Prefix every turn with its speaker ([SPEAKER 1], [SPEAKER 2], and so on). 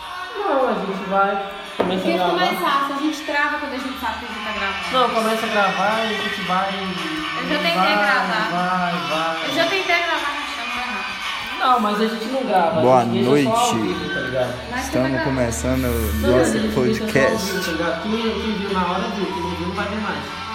[SPEAKER 1] a gente vai, começa a
[SPEAKER 2] Tem que
[SPEAKER 1] gravar.
[SPEAKER 2] começar, se a gente trava quando a gente sabe que a gente tá gravando.
[SPEAKER 1] Não, começa a gravar e a gente vai.
[SPEAKER 2] Eu já tentei
[SPEAKER 1] vai,
[SPEAKER 2] gravar.
[SPEAKER 1] Vai, vai.
[SPEAKER 2] Eu já tentei gravar na chama errado.
[SPEAKER 1] Não, mas a gente não grava.
[SPEAKER 3] Boa
[SPEAKER 1] a gente deixa só ao
[SPEAKER 3] noite.
[SPEAKER 1] vivo, tá ligado?
[SPEAKER 2] Mas você vai
[SPEAKER 3] Estamos
[SPEAKER 2] gravar.
[SPEAKER 3] começando o
[SPEAKER 1] Não, a gente
[SPEAKER 3] nosso
[SPEAKER 1] deixa só ao
[SPEAKER 3] podcast.
[SPEAKER 1] vivo, tá ligado? Quem, quem viu na hora viu, quem não viu não vai ver mais.